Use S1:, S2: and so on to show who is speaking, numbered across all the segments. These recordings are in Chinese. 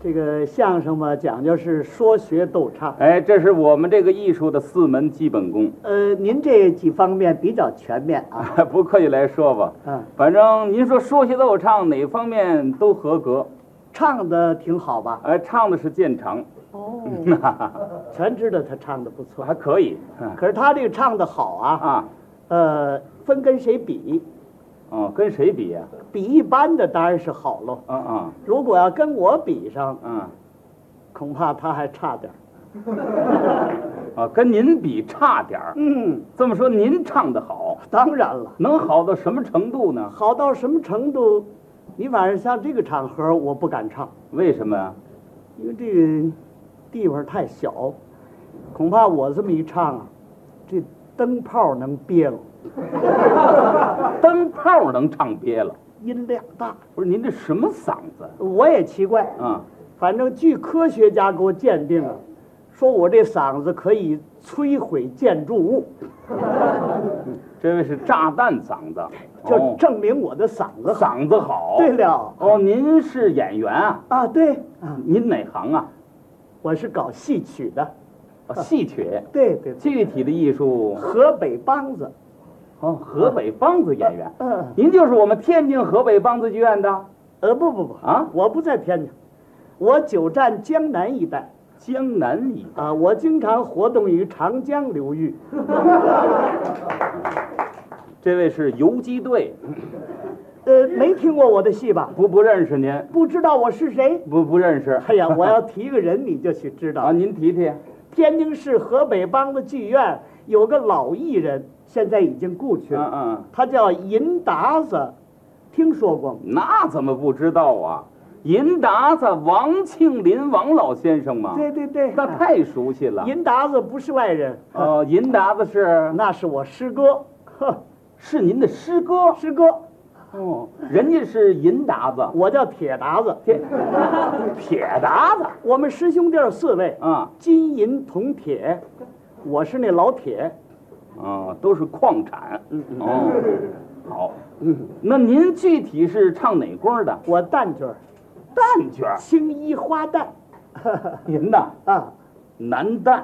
S1: 这个相声嘛，讲究是说学逗唱。
S2: 哎，这是我们这个艺术的四门基本功。
S1: 呃，您这几方面比较全面啊。
S2: 不客气来说吧，
S1: 嗯，
S2: 反正您说说学逗唱哪方面都合格，
S1: 唱的挺好吧？
S2: 哎，唱的是见长，
S1: 哦，全知道他唱的不错。
S2: 还可以。
S1: 可是他这个唱的好啊，
S2: 啊，
S1: 呃，分跟谁比？
S2: 哦，跟谁比呀、
S1: 比一般的当然是好喽。
S2: 啊？啊
S1: 如果要跟我比上，
S2: 啊啊！
S1: 恐怕他还差点儿。
S2: 啊，跟您比差点儿。
S1: 嗯，
S2: 这么说，您唱的好，
S1: 当然了，
S2: 能好到什么程度呢？
S1: 好到什么程度？你晚上像这个场合，我不敢唱，
S2: 为什么呀？
S1: 因为这个地方太小，恐怕我这么一唱啊，这灯泡能憋了，
S2: 灯泡能唱憋了？
S1: 音量大。
S2: 不是您这什么嗓子
S1: 我也奇怪，
S2: 啊？
S1: 反正据科学家给我鉴定啊，说我这嗓子可以摧毁建筑物，
S2: 这位是炸弹嗓子，
S1: 就
S2: 哦
S1: 证明我的嗓子好。
S2: 嗓子好。
S1: 对了，
S2: 哦，您是演员啊？
S1: 啊对啊，
S2: 您哪行啊？
S1: 我是搞戏曲的，
S2: 哦戏曲，
S1: 对对，对
S2: 具体的艺术
S1: 河北梆子，
S2: 哦，河北梆子演员。
S1: 嗯，
S2: 您就是我们天津河北梆子剧院的
S1: 呃不不不
S2: 啊
S1: 我不在天津，我久占江南一带
S2: 江南一
S1: 啊，我经常活动于长江流域，
S2: 这位是游击队，
S1: 呃，没听过我的戏吧？
S2: 不不认识您，
S1: 不知道我是谁？
S2: 不不认识。
S1: 哎呀，我要提个人你就去知道
S2: 啊，您提提。
S1: 天津市河北梆子剧院有个老艺人，现在已经故去
S2: 嗯
S1: 了，
S2: 嗯，
S1: 他叫银达子，听说过吗？
S2: 那怎么不知道啊？银达子王庆林王老先生嘛，
S1: 对对对，啊
S2: 那太熟悉了。
S1: 银达子不是外人，
S2: 哦，银达子是
S1: 那是我师哥，呵，
S2: 是您的师哥
S1: 师哥，
S2: 哦，人家是银达子，
S1: 我叫铁达子，
S2: 铁铁达子
S1: 我们师兄弟儿四位，
S2: 啊，
S1: 金银铜铁，我是那老铁，
S2: 哦，都是矿产。
S1: 嗯
S2: 哦，好，那您具体是唱哪官的？
S1: 我旦角儿，
S2: 旦角儿，
S1: 青衣花旦，
S2: 您呐，
S1: 啊，
S2: 男 旦。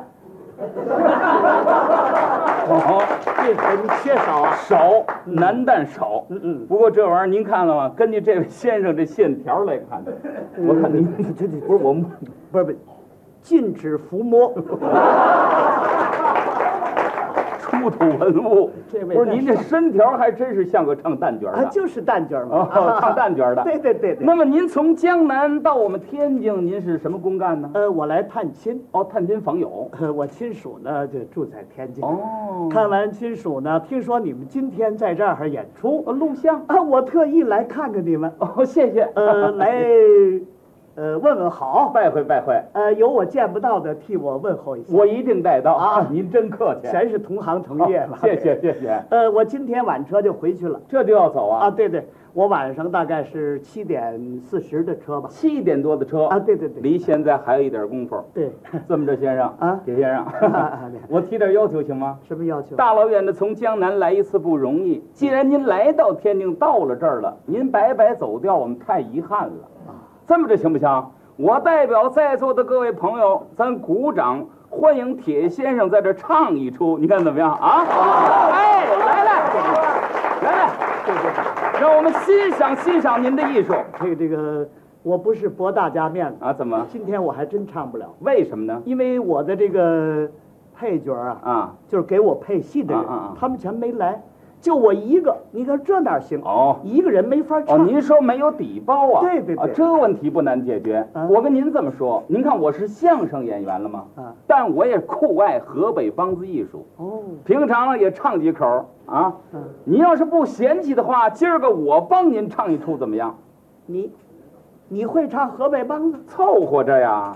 S2: 哦。
S1: 这可你缺少啊，
S2: 少，男旦少。
S1: 嗯嗯
S2: 不过这玩意儿您看了吗？根据这位先生这线条来看，
S1: 嗯
S2: 我看您这这不是我们
S1: 不是不是，禁止抚 摸，
S2: 出土文物，
S1: 这位
S2: 不是您这身条还真是像个唱旦角
S1: 啊，
S2: 的，
S1: 就是旦角儿嘛，
S2: 哦，唱旦角的。
S1: 对对对对。
S2: 那么您从江南到我们天津，您是什么公干呢？
S1: 呃，我来探亲，
S2: 哦，探亲访友。
S1: 呃我亲属呢就住在天津。
S2: 哦看
S1: 看完亲属呢，听说你们今天在这儿演出
S2: 哦录像。
S1: 啊，我特意来看看你们，
S2: 哦，谢谢。
S1: 呃，来，呃，问问好，
S2: 拜会拜会，
S1: 呃，有我见不到的替我问候一下，
S2: 我一定带到
S1: 啊
S2: 您真客气，
S1: 全是同行同业嘛。
S2: 好哦谢。谢谢谢，
S1: 呃，我今天晚车就回去了
S2: 这就要走啊
S1: 啊，。对对，我晚上大概是七点四十的车吧。
S2: 七点多的车
S1: 啊，对对对，
S2: 离现在还有一点功 夫。
S1: 对，
S2: 这么着，先生
S1: 啊
S2: 铁先
S1: 啊
S2: 生， 我提点要求行吗？
S1: 什么要 求？
S2: 大老远的从江南来一次不容易，既然您来到天津，到了这儿了，您白白走掉，我们太遗憾了。这么着行不行？我代表在座的各位朋友，咱鼓掌欢迎铁先生在这儿唱一出，你看怎么样啊？哎，来来来来，让我们欣赏欣赏您的艺术
S1: 这个这个，我不是博大家面子，
S2: 啊！怎么？
S1: 今天我还真唱不了。
S2: 为什么呢？
S1: 因为我的这个配角啊，
S2: 啊，
S1: 就是给我配戏的人，
S2: 啊啊啊
S1: 他们全没来，就我一个。你看这哪行？
S2: 哦
S1: 一个人没法
S2: 哦，
S1: 唱。
S2: 您说没有底包啊？
S1: 对对对
S2: 啊，这问题不难解决。
S1: 啊
S2: 我跟您这么说，您看我是相声演员了吗？
S1: 啊，
S2: 但我也酷爱河北梆子艺术，
S1: 哦，
S2: 平常呢也唱几口儿啊。
S1: 嗯
S2: 您要是不嫌弃的话，今儿个我帮您唱一出怎么样？
S1: 你，你会唱河北梆子？
S2: 凑合着呀，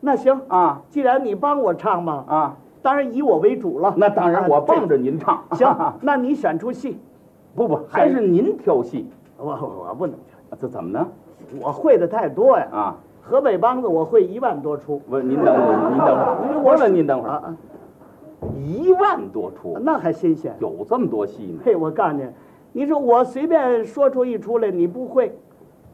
S1: 那行，
S2: 啊
S1: 既然你帮我唱嘛，
S2: 啊，
S1: 当然以我为主了。
S2: 那当然我帮
S1: 着。
S2: 着您唱。
S1: 啊 行，那你选出戏，
S2: 不不，还是您挑戏，
S1: 我我不能
S2: 啊这怎么呢？
S1: 唱，我会的太多呀。
S2: 啊，
S1: 河北梆子我会一万多 出。
S2: 不是，您等会儿，您等会儿，我问您等会
S1: 啊
S2: 儿，
S1: 啊，
S2: 一万多出，
S1: 那还新鲜。
S2: 有这么多戏呢？
S1: 嘿，我告诉你，你说我随便说出一出来，你不会，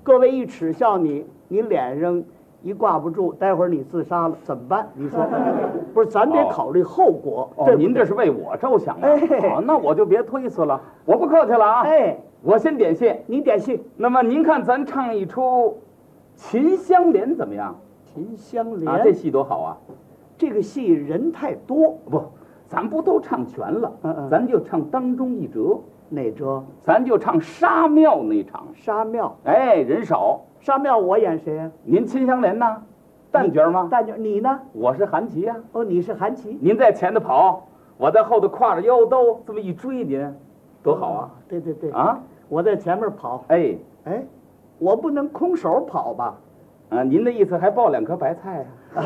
S1: 各位一耻笑你，你脸上一挂不住，待会儿你自杀了怎么办？你 说，不是，咱得考虑后果。
S2: 哦
S1: 对，不对
S2: 您这是为我着想啊！
S1: 哎
S2: 好，那我就别推辞了，我不客气了啊！
S1: 哎，
S2: 我先点戏。
S1: 你点戏《
S2: 那么您看，咱唱一出《秦香莲》怎么样？
S1: 秦香莲
S2: 啊，》这戏多好啊！
S1: 这个戏人太多，
S2: 不，咱不都唱全了，
S1: 嗯嗯
S2: 咱就唱当中一折，
S1: 哪折？
S2: 咱就唱沙庙那场。
S1: 沙庙，
S2: 哎，人少，
S1: 沙庙我演谁呀、
S2: 您秦香莲呢？旦角吗？
S1: 大舅，你呢？
S2: 我是韩琦呀、
S1: 哦，你是韩琦，
S2: 您在前头跑，我在后头挎着腰兜，这么一追您，多好啊！
S1: 对对对，
S2: 啊，
S1: 我在前面跑，
S2: 哎，
S1: 哎，我不能空手跑吧？
S2: 啊，您的意思还抱两颗白菜 啊？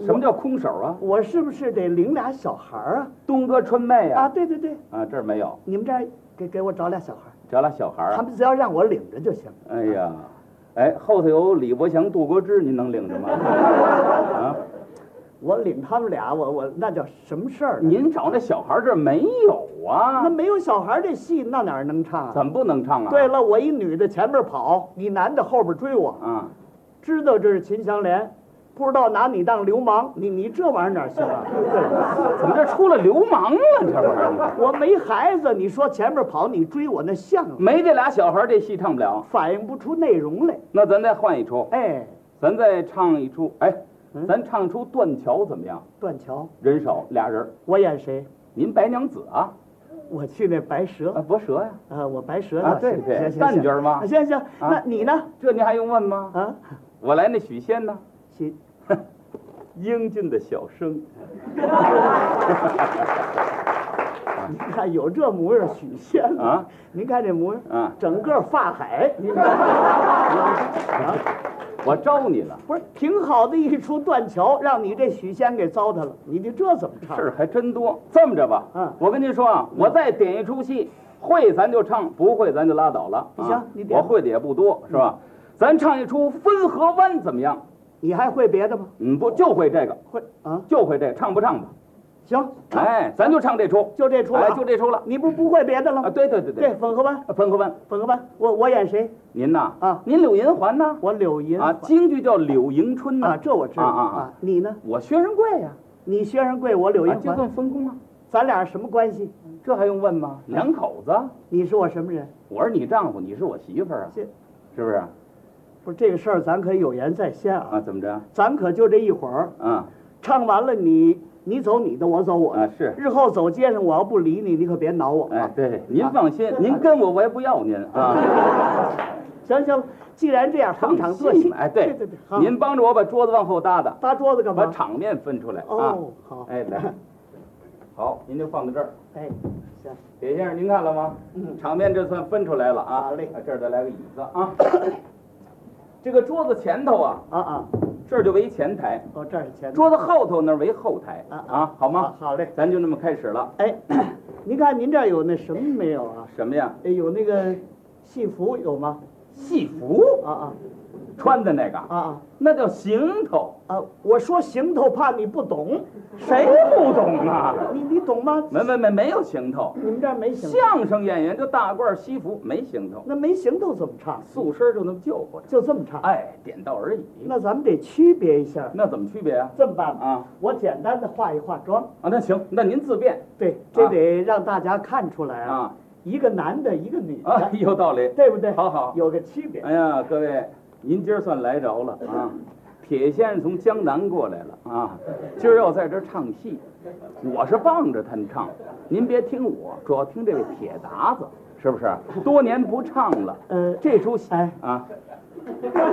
S2: 什么叫空手啊？
S1: 我是不是得领俩小孩儿啊？
S2: 东哥春妹
S1: 啊，
S2: 呀、
S1: 对对对，
S2: 啊？这儿没有，
S1: 你们这儿给给我找俩小孩儿，
S2: 找俩小孩儿
S1: 他
S2: 啊。
S1: 们只要让我领着就行。
S2: 哎呀，哎，后头有李伯祥、杜国之，您能领着 吗？啊，
S1: 我领他们俩，我我那叫什么事儿呢？
S2: 您找那小孩儿这儿没有啊
S1: 那？没有小孩儿这戏，那哪儿能唱啊？
S2: 怎么不能唱啊？
S1: 对了，我一女的前面跑，你男的后边追我，
S2: 啊，
S1: 知道这是秦香莲，不知道拿你当流氓，你你这玩意儿哪行啊？ 对
S2: 怎么这出了流氓了？这玩意儿
S1: 我没孩子，你说前面跑，你追我那像吗？
S2: 没这俩小孩儿，这戏唱不了。
S1: 反映不出内容来。
S2: 那咱再换一出，
S1: 哎，
S2: 咱再唱一出，哎
S1: 嗯，
S2: 咱唱出断桥怎么样？
S1: 断桥，
S2: 人少俩人儿，
S1: 我演谁？
S2: 您白娘子啊，
S1: 我去那白
S2: 啊，
S1: 蛇，
S2: 博蛇呀、
S1: 呃，我白蛇
S2: 啊
S1: 呢？
S2: 对
S1: 行
S2: 对
S1: 行行，
S2: 旦角儿吗
S1: 啊行行，那你呢？
S2: 这您还用问吗？
S1: 啊，
S2: 我来那许仙呢，
S1: 行，
S2: 英俊的小生，
S1: 你看有这模样，许仙
S2: 啊，
S1: 您看这模样，
S2: 啊
S1: 整个发海，您看，啊，
S2: 我招你了，
S1: 不是挺好的一出断桥，让你这许仙给糟蹋了，你这这怎么唱？
S2: 事儿还真多。这么着吧，
S1: 嗯
S2: 我跟您说啊，我再点一出戏，会咱就唱，不会咱就拉倒了。啊
S1: 行你点嗯
S2: 我会的也不多，是吧？咱唱一出《汾河湾》怎么样？
S1: 你还会别的吗？
S2: 嗯，不就会这个，
S1: 会啊，
S2: 就会这个，唱不唱吧？
S1: 行，
S2: 哎，咱就唱这出，
S1: 就这出
S2: 哎
S1: 了，，
S2: 就这出了。
S1: 你不是不会别的了
S2: 啊，
S1: 吗？
S2: 对对对
S1: 对，，粉河湾，
S2: 啊汾河湾，
S1: 粉河湾，我我演谁？
S2: 您呐
S1: 啊
S2: 您柳银环呐，
S1: 我柳银
S2: 啊，京剧叫柳迎春呐
S1: 啊，这我知道
S2: 啊啊啊
S1: 啊。你呢？
S2: 我薛仁贵呀，
S1: 你薛仁贵，我柳银
S2: 啊就
S1: 环，
S2: 算分工啊。
S1: 咱俩什么关系？
S2: 这还用问吗？两口子，
S1: 你是我什么人？
S2: 我是你丈夫，你是我媳妇儿啊，
S1: 这
S2: 是不是？
S1: 不是这个事儿，咱可有言在先
S2: 啊，
S1: 啊，
S2: 怎么着？
S1: 咱可就这一会儿，
S2: 啊
S1: 唱完了你你走你的，我走我的。
S2: 啊是，
S1: 日后走街上，我要不理你，你可别挠我。
S2: 哎，对，您放心，您跟我我也不要您 啊，
S1: 行行，既然这样，逢场作戏
S2: 嘛。哎，
S1: 对
S2: 对
S1: 对对，好
S2: 您帮着我把桌子往后搭搭，
S1: 搭桌子干
S2: 把
S1: 嘛？
S2: 场面分出来啊。
S1: 哦，好，
S2: 哎，来， 好，您就放在这儿。
S1: 哎，行，
S2: 铁先生，您看了吗？
S1: 嗯
S2: 场面这算分出来了啊。
S1: 好嘞
S2: 啊这儿再来个椅子啊。 这个桌子前头啊，
S1: 啊啊，
S2: 这儿就为前台，
S1: 哦，这儿是前面
S2: 桌子后头那儿为后台
S1: 啊
S2: 啊，好
S1: 啊
S2: 吗？
S1: 好嘞。
S2: 咱就那么开始了。
S1: 哎， 您看您这儿有那什么没有啊？
S2: 什么呀？
S1: 哎，有那个戏服有吗？
S2: 戏服
S1: 啊啊
S2: 穿的那个，
S1: 啊啊
S2: 那叫行头。
S1: 啊！我说行头，怕你不懂，
S2: 谁不懂 啊？
S1: 你你懂吗？
S2: 没没没，没有行头。
S1: 你们这儿没行头，
S2: 相声演员就大褂西服，没行头，
S1: 那没行头怎么唱？
S2: 素身就那么就活着。
S1: 就这么唱？
S2: 哎，点到而已。
S1: 那咱们得区别一下。
S2: 那怎么区别啊？
S1: 这么办吧，
S2: 啊
S1: 我简单的化一化妆。
S2: 啊，那行，那您自便
S1: 对，这
S2: 啊
S1: 得让大家看出来啊，
S2: 啊
S1: 一个男的，一个女
S2: 啊，
S1: 的，
S2: 有道理。
S1: 对不对？
S2: 好好
S1: 有个区别。
S2: 哎呀，各位，您今儿算来着了啊！铁先生从江南过来了啊，今儿要在这儿唱戏，我是傍着他们唱。您别听我，主要听这位铁达子，是不是？多年不唱了
S1: 呃，
S2: 这出戏
S1: 哎，
S2: 啊。
S1: 哎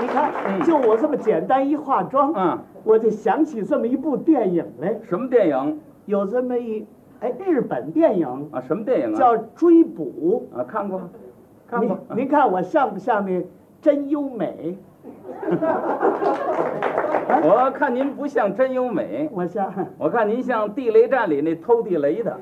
S1: 你看，就我这么简单一化妆，
S2: 嗯，
S1: 我就想起这么一部电影来。
S2: 什么电影
S1: 有这么一哎日本电影
S2: 啊？什么电影啊？
S1: 叫《追捕
S2: 啊，看过，》，看过。
S1: 您您看我像不像那真优美？
S2: 我看您不像真优美，
S1: 我像，
S2: 我看您像地雷战里那偷地雷的，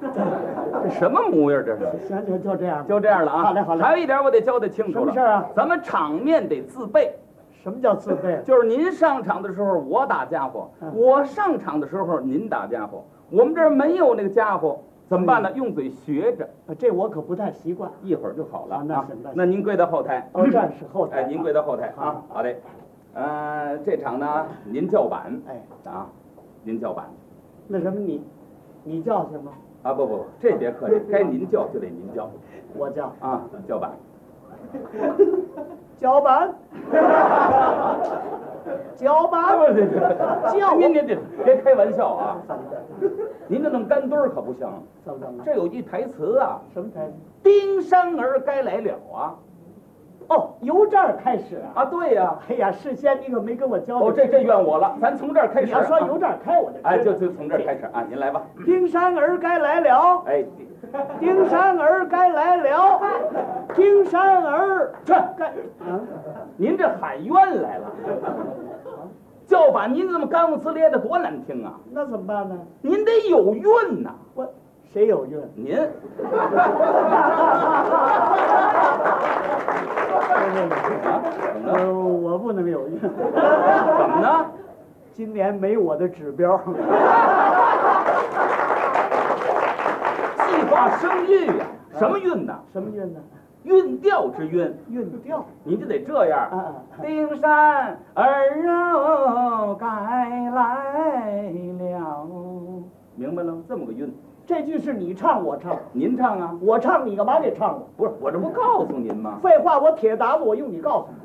S2: 这什么模样这是？
S1: 行行就这样吧。
S2: 就这样了啊！
S1: 好嘞好嘞
S2: 还有一点我得交代清楚
S1: 什
S2: 了。
S1: 么事儿啊？
S2: 咱们场面得自备，
S1: 什么叫自费？
S2: 就是您上场的时候我打家伙，
S1: 嗯
S2: 我上场的时候您打家伙。我们这儿没有那个家伙，怎么办
S1: 嗯
S2: 呢？用嘴学着，
S1: 啊这我可不太习惯。
S2: 一会儿就好了
S1: 啊那
S2: 啊
S1: 行那。行
S2: 那您跪到后台，
S1: 哦，这是后台
S2: 哎，
S1: 啊。
S2: 您跪到后台啊
S1: 啊。
S2: 好嘞，呃，这场呢您叫板
S1: 哎，
S2: 啊，您叫板
S1: 那什么你，你叫什么？
S2: 啊，不不不，这节课
S1: 啊
S2: 是该您叫就得您叫
S1: 我叫
S2: 啊，叫板。
S1: 脚 板，脚
S2: 啊，
S1: 板
S2: 不是，
S1: 叫
S2: 您您您别开玩笑啊！您这弄干墩儿可不行，
S1: 怎么怎么？
S2: 这有句台词啊
S1: 什么台词？：“
S2: 丁山儿该来了啊
S1: 哦，由这儿开始！”啊。
S2: 啊，对呀、
S1: 哎呀，事先你可没跟我交代。
S2: 哦，这这怨我了，咱从这儿开
S1: 你
S2: 始、
S1: 要
S2: 啊。
S1: 说由这儿开，我就知道
S2: 哎，就就从这儿开始啊，您来吧。
S1: 丁山儿该来了，
S2: 哎，
S1: 丁山儿该来 了，丁山儿
S2: 这
S1: 该啊，
S2: 您这喊冤来了，叫板您这么干不呲咧的多难听啊！
S1: 那怎么办呢？
S2: 您得有韵呐、
S1: 我谁有孕？
S2: 您啊，怎么了？
S1: 呃，我不能有孕，
S2: 怎么呢？
S1: 今年没我的指标。
S2: 计划生韵呀、什么韵呐、
S1: 什么孕呢？
S2: 韵调之韵，
S1: 孕调。
S2: 你就得这样。
S1: 啊啊
S2: 丁山儿哦，该来了，明白了吗？这么个韵，
S1: 这句是你唱我唱，
S2: 您唱啊？
S1: 我唱你干嘛给唱了？
S2: 不是，我这不告诉您吗？
S1: 废话，我铁打的，我用你告诉你。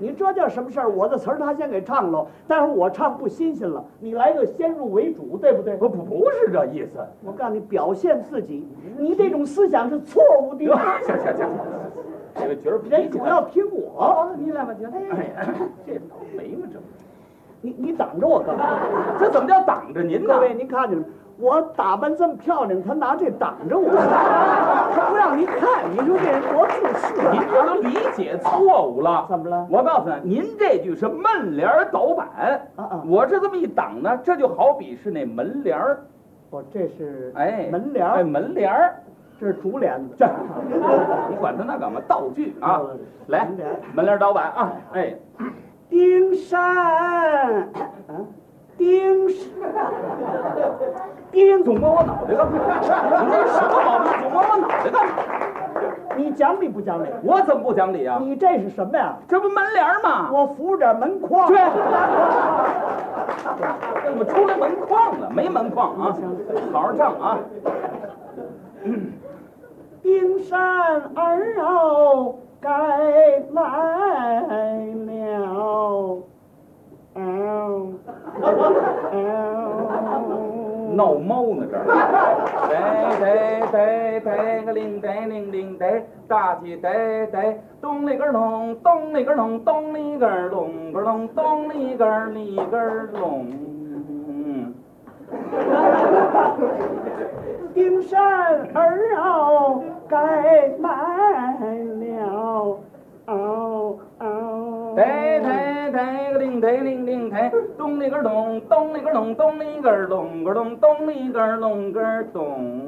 S1: 你这叫什么事儿？我的词儿他先给唱了，但是我唱不新鲜了，你来个先入为主，对不对？
S2: 不不不是这意 思。
S1: 我告诉你，表现自己，你这种思想是错误的
S2: 行。行行，这个角儿
S1: 人主要听我，
S2: 哦
S1: 哎
S2: 你来吧，你来。这倒霉嘛，这不
S1: 你你挡着我干嘛？
S2: 是这怎么叫挡着哎您呢
S1: 各？位，您看见了，我打扮这么漂亮，他拿这挡着我，他不让您看，你说这人多自私
S2: 您
S1: 啊！
S2: 这都理解错误了。
S1: 怎么了
S2: 我告诉你，您这句是门帘儿倒板。
S1: 啊啊
S2: 我这这么一挡呢，这就好比是那门帘儿，
S1: 我哦这是
S2: 哎，
S1: 门帘
S2: 哎，
S1: 儿，
S2: 门帘儿。
S1: 这是竹帘子，
S2: 这，你管他那干嘛？道具啊！来
S1: 门帘儿，
S2: 门帘儿倒板啊！哎，
S1: 丁山，啊，丁山，啊丁
S2: 总摸我脑袋干嘛？你这是什么毛病？总摸我脑袋干嘛？
S1: 你讲理不讲理？
S2: 我怎么不讲理啊？
S1: 你这是什么呀？
S2: 这不门帘儿吗？
S1: 我扶着门框。
S2: 去，这怎么出来门框了？没门框啊！好好唱啊！
S1: 丁山儿哦，该来了。嗯嗯，
S2: 闹猫呢这儿，得得得得个铃得铃铃得，大起得得，咚里个隆，咚里个隆，咚里个隆个隆，咚里个里个隆。
S1: 丁山儿哦，该来了。哦哦，
S2: 得得得个铃得铃铃得，咚里个咚，咚里个咚，咚里个隆个隆，咚里个隆个咚。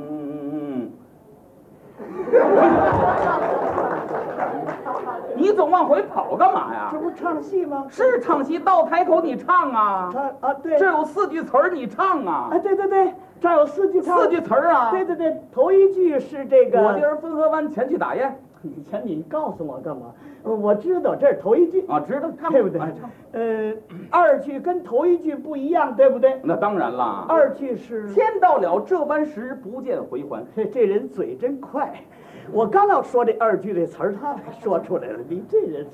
S2: 你总往回跑干嘛呀
S1: 这？不唱戏吗？
S2: 是唱戏到台口你唱啊，
S1: 他啊，对，
S2: 这有四句词儿你唱啊
S1: 啊，，对对对，这儿有四句唱，
S2: 四句词儿啊。
S1: 对对对，头一句是这个。
S2: 我弟儿汾河湾前去打雁
S1: 以前你告诉我干嘛？呃我知道这是头一句，
S2: 啊，知道唱
S1: 对不对
S2: 哎唱？
S1: 呃，二句跟头一句不一样，对不对？
S2: 那当然啦。
S1: 二句是，
S2: 天到了这般时，不见回还。
S1: 这这人嘴真快。我刚要说这二句这词儿，他说出来了。你这人，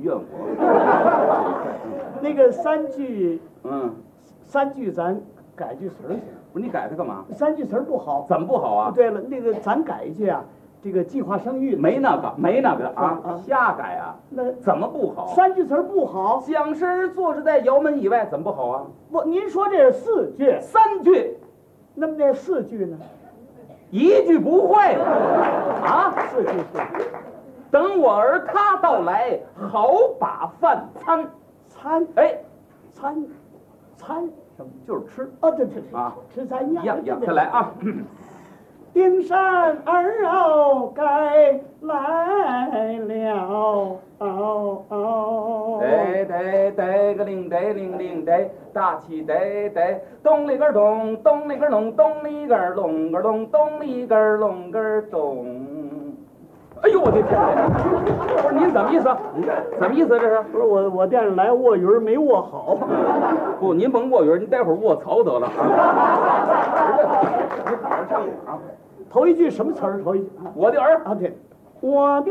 S2: 怨我。
S1: 那个三句，
S2: 嗯，
S1: 三句咱改句词儿行，
S2: 不是你改它干嘛？
S1: 三句词儿不好。
S2: 怎么不好啊？
S1: 对了，那个咱改一句啊，这个计划生育
S2: 没那个，没那个
S1: 啊
S2: 啊，瞎改啊？
S1: 那
S2: 怎么不好？
S1: 三句词儿不好。
S2: 蒋诗儿坐着在窑门以外，怎么不好啊？
S1: 不，您说这是四句，
S2: 三句，
S1: 那么那四句呢？
S2: 一句不会啊。
S1: 四句是
S2: 等我儿他到来，好把饭餐。
S1: 参
S2: 哎，
S1: 参参什么？
S2: 就是吃
S1: 啊，对对对
S2: 啊
S1: 吃参一
S2: 一样一样。
S1: 对
S2: 再
S1: 对
S2: 来啊，
S1: 丁山儿哦，该来了哦哦。
S2: 得得得得个铃得铃铃得，大气得得，咚里个咚，咚里个咚，咚里个隆个隆，咚里个隆个咚。哎呦，我的天哪！不是您怎么意思啊？怎么意思、这是？
S1: 不是我，我惦着来卧鱼儿没卧 好，
S2: 不，哦您甭卧云，您待会儿卧槽得了啊！你好好唱啊！
S1: 头一句什么词儿？头一句
S2: 我的儿，
S1: 啊，对，我的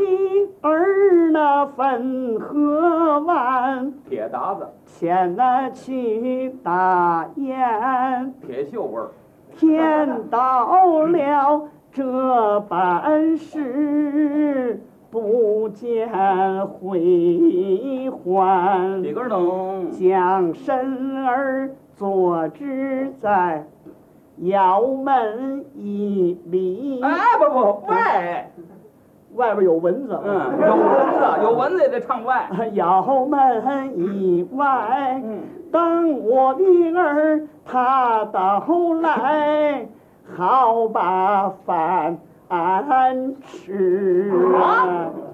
S1: 儿那汾河湾，
S2: 铁达子，
S1: 天那起大雁，
S2: 铁锈味儿。
S1: 天到了这般事，不见回还
S2: 里。根儿咚，
S1: 将身儿坐之在窑门以里。
S2: 哎，不不不，喂，
S1: 外边有蚊子。
S2: 嗯，有蚊子，有蚊子也得唱外。
S1: 窑啊门以外，
S2: 嗯，
S1: 等我的儿他到来，好把饭吃
S2: 啊，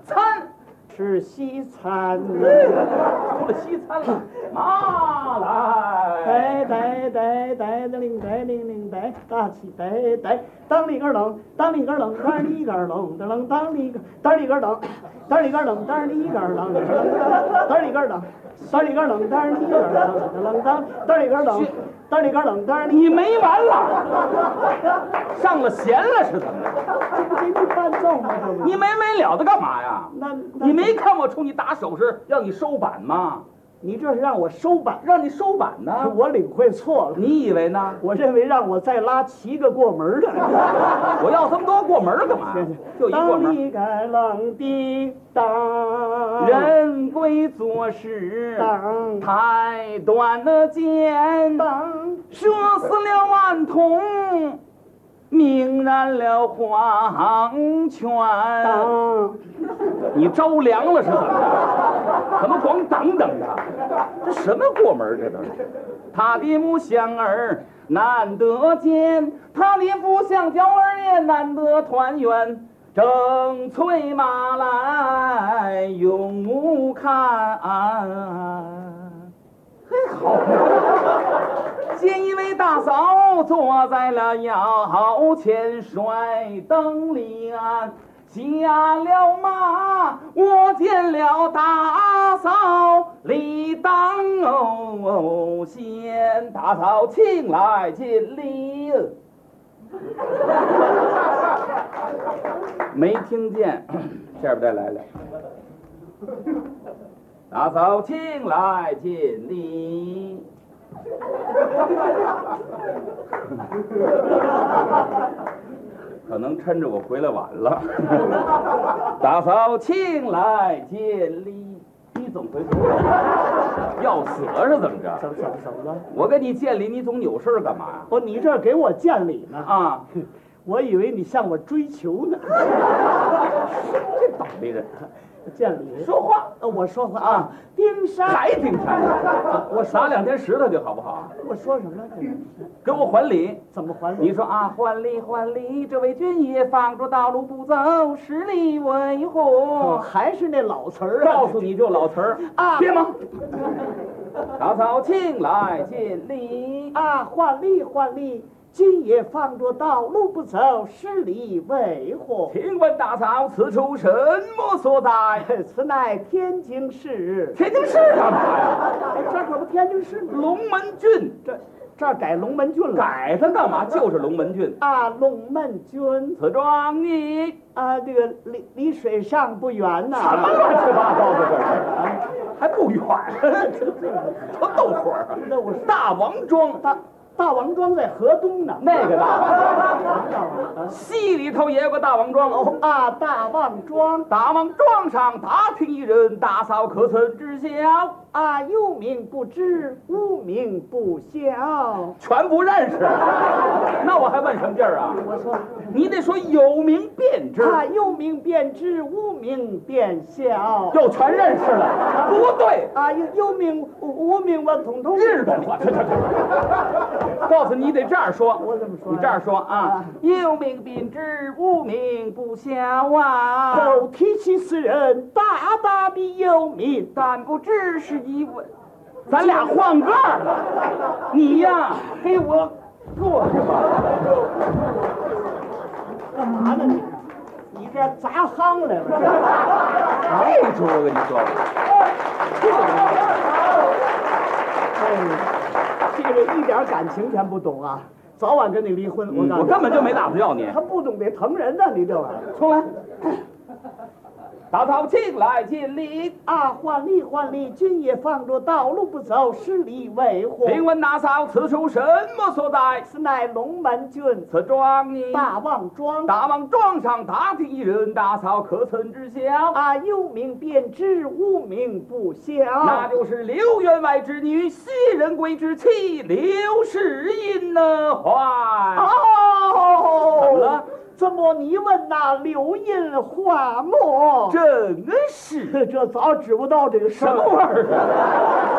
S2: 餐
S1: 吃西餐。
S2: 出了西餐了，妈来，
S1: 呆呆呆呆的铃呆铃铃呆，大起呆呆，当里个冷，当里个冷，当里个冷，当冷当里个，当里个冷，当里个冷，当里个冷，当里个冷，当里个冷，当里个冷，当当里个冷，当里个冷，当里
S2: 你没完了，上了弦了是怎么着？
S1: 这不给你伴奏吗？这不
S2: 你没没了的干嘛呀？
S1: 那
S2: 你没看我冲你打手势，让你收板吗？
S1: 你这是让我收板，
S2: 让你收板呢？
S1: 我领会错了，
S2: 你以为呢？
S1: 我认为让我再拉七个过门的。
S2: 我要这么多过门儿干嘛？ 就一过
S1: 当
S2: 门儿。
S1: 你该冷的当
S2: 人归左时，
S1: 当
S2: 太短了剑，
S1: 当
S2: 射死了万童，明燃了黄泉。
S1: 当，
S2: 你着凉了是怎么着？怎么光等等的？这什么过门儿这都是？他的母相儿难得见，他的父相交儿也难得团圆。正催马来永无看，嘿好，见一位大嫂坐在了窑前甩灯里啊，下了马，我见了大嫂李当哦先，大嫂请来进礼。没听见， 下边再来来。大嫂，请来见礼。 可能趁着我回来晚了。 大嫂，请来见礼。你总回头 要死了是怎么
S1: 怎
S2: 着？
S1: 么怎么怎么了？
S2: 我跟你见礼，你总有事儿干嘛
S1: 哦，你这给我见礼呢
S2: 呀？？啊，
S1: 我以为你向我追求呢。
S2: 这倒霉人，
S1: 见礼，
S2: 说话
S1: 呃我说话啊，丁山，
S2: 还挺馋。我撒两天石头去好不好？
S1: 我说什么了？这是
S2: 给我还礼。
S1: 怎么还
S2: 你
S1: 礼？
S2: 说啊，还礼还礼，这位军爷放着道路不走，十里为
S1: 哦，
S2: 何？
S1: 还是那老词儿啊！
S2: 告诉你就老词儿
S1: 啊
S2: 别忙。打草请来见礼，
S1: 啊，换力换力，今夜放着道路不走，十里为何？
S2: 请问大嫂此处什么所在？
S1: 此乃天津市，
S2: 天津市干嘛呀？
S1: 哎，这可不天津市吗？
S2: 龙门郡
S1: 这这儿改龙门郡了。
S2: 改它干嘛？就是龙门郡。
S1: 啊，龙门郡
S2: 此庄你
S1: 啊，这个离离水上不远呐、
S2: 什么乱七八糟的这是？还不远，多逗会儿啊！
S1: 那我是
S2: 大王庄
S1: 大大王庄在河东呢。
S2: 那个大王庄。
S1: 大王庄
S2: 戏里头也有个大王庄
S1: 哦
S2: 哦，
S1: 啊，大王庄
S2: 大王庄上打听一人，大嫂可曾知晓？
S1: 啊，有名不知，无名不晓。
S2: 全不认识，那我还问什么劲儿啊？
S1: 我说
S2: 你得说有名便知，
S1: 啊，有名便知，无名便晓。
S2: 又全认识了，不对，
S1: 啊，有有名无无名我统统。
S2: 日本话，这这这，告诉你得这样说，
S1: 我怎么说呀
S2: 你这样说啊
S1: 啊，
S2: 有名便知，无名不晓啊。
S1: 手提起此人，大大的
S2: 的忧民，但不知是一问。咱俩换个儿了，你呀，
S1: 哎
S2: 给我坐下吧。
S1: 干嘛呢你？你这砸夯来了？
S2: 哎，主我跟你说，
S1: 哎呦，这个一点感情全不懂啊！早晚跟你离婚，我
S2: 嗯
S1: 告诉
S2: 我
S1: 你，
S2: 根本就没打算要你。
S1: 他不懂得疼人呐、你这玩意儿
S2: 重来，打草青来尽力，
S1: 啊！换力换力，军也放着，道路不走，十里为祸。
S2: 请问大嫂，此处什么所在？
S1: 此乃龙门郡
S2: 此庄呢？
S1: 大望庄
S2: 大王庄上打听一人，大嫂可曾知晓？
S1: 啊，幽冥便知，无名不晓。
S2: 那就是刘员外之女西仁贵之妻刘氏英呢？怀
S1: 哦，
S2: 怎么了？
S1: 这么你问那柳荫花木，
S2: 真是
S1: 这这早指不到这个事
S2: 什么
S1: 儿。
S2: 味儿啊！